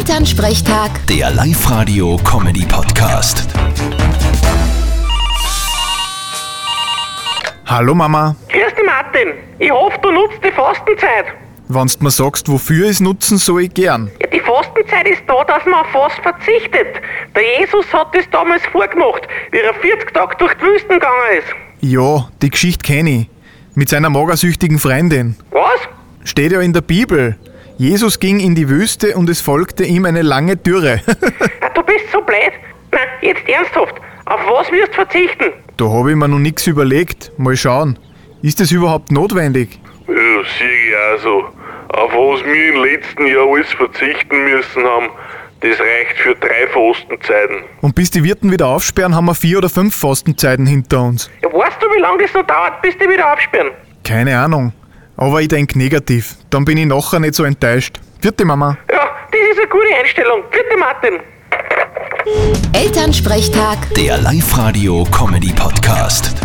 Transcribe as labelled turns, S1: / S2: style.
S1: Elternsprechtag,
S2: Der Live-Radio-Comedy-Podcast.
S3: Hallo Mama,
S4: Grüß dich, Martin. Ich hoffe, du nutzt die Fastenzeit.
S3: wenn's mir sagst, wofür ich's nutzen soll, gern.
S4: Ja, die Fastenzeit ist da, dass man auf Fast verzichtet. Der Jesus hat das damals vorgemacht, wie er 40 Tage durch die Wüsten gegangen ist.
S3: Ja, die Geschichte kenn ich. Mit seiner magersüchtigen Freundin.
S4: Was?
S3: Steht ja in der Bibel. Jesus ging in die Wüste und es folgte ihm eine lange Dürre.
S4: Na, Ah, du bist so blöd. Na, jetzt ernsthaft. Auf was wirst du verzichten?
S3: da hab ich mir noch nix überlegt. Mal schauen. Ist das überhaupt notwendig?
S5: Ja, sehe ich auch so. Auf was wir im letzten Jahr alles verzichten müssen haben, das reicht für drei Fastenzeiten.
S3: Und bis die Wirten wieder aufsperren, haben wir vier oder fünf Fastenzeiten hinter uns.
S4: Ja, weißt du, wie lange das noch dauert, bis die wieder aufsperren?
S3: Keine Ahnung. Aber ich denk negativ. Dann bin ich nachher nicht so enttäuscht. Vierte Mama.
S4: Ja, das ist eine gute Einstellung. Bitte, Martin.
S1: Elternsprechtag.
S2: Der Live-Radio-Comedy-Podcast.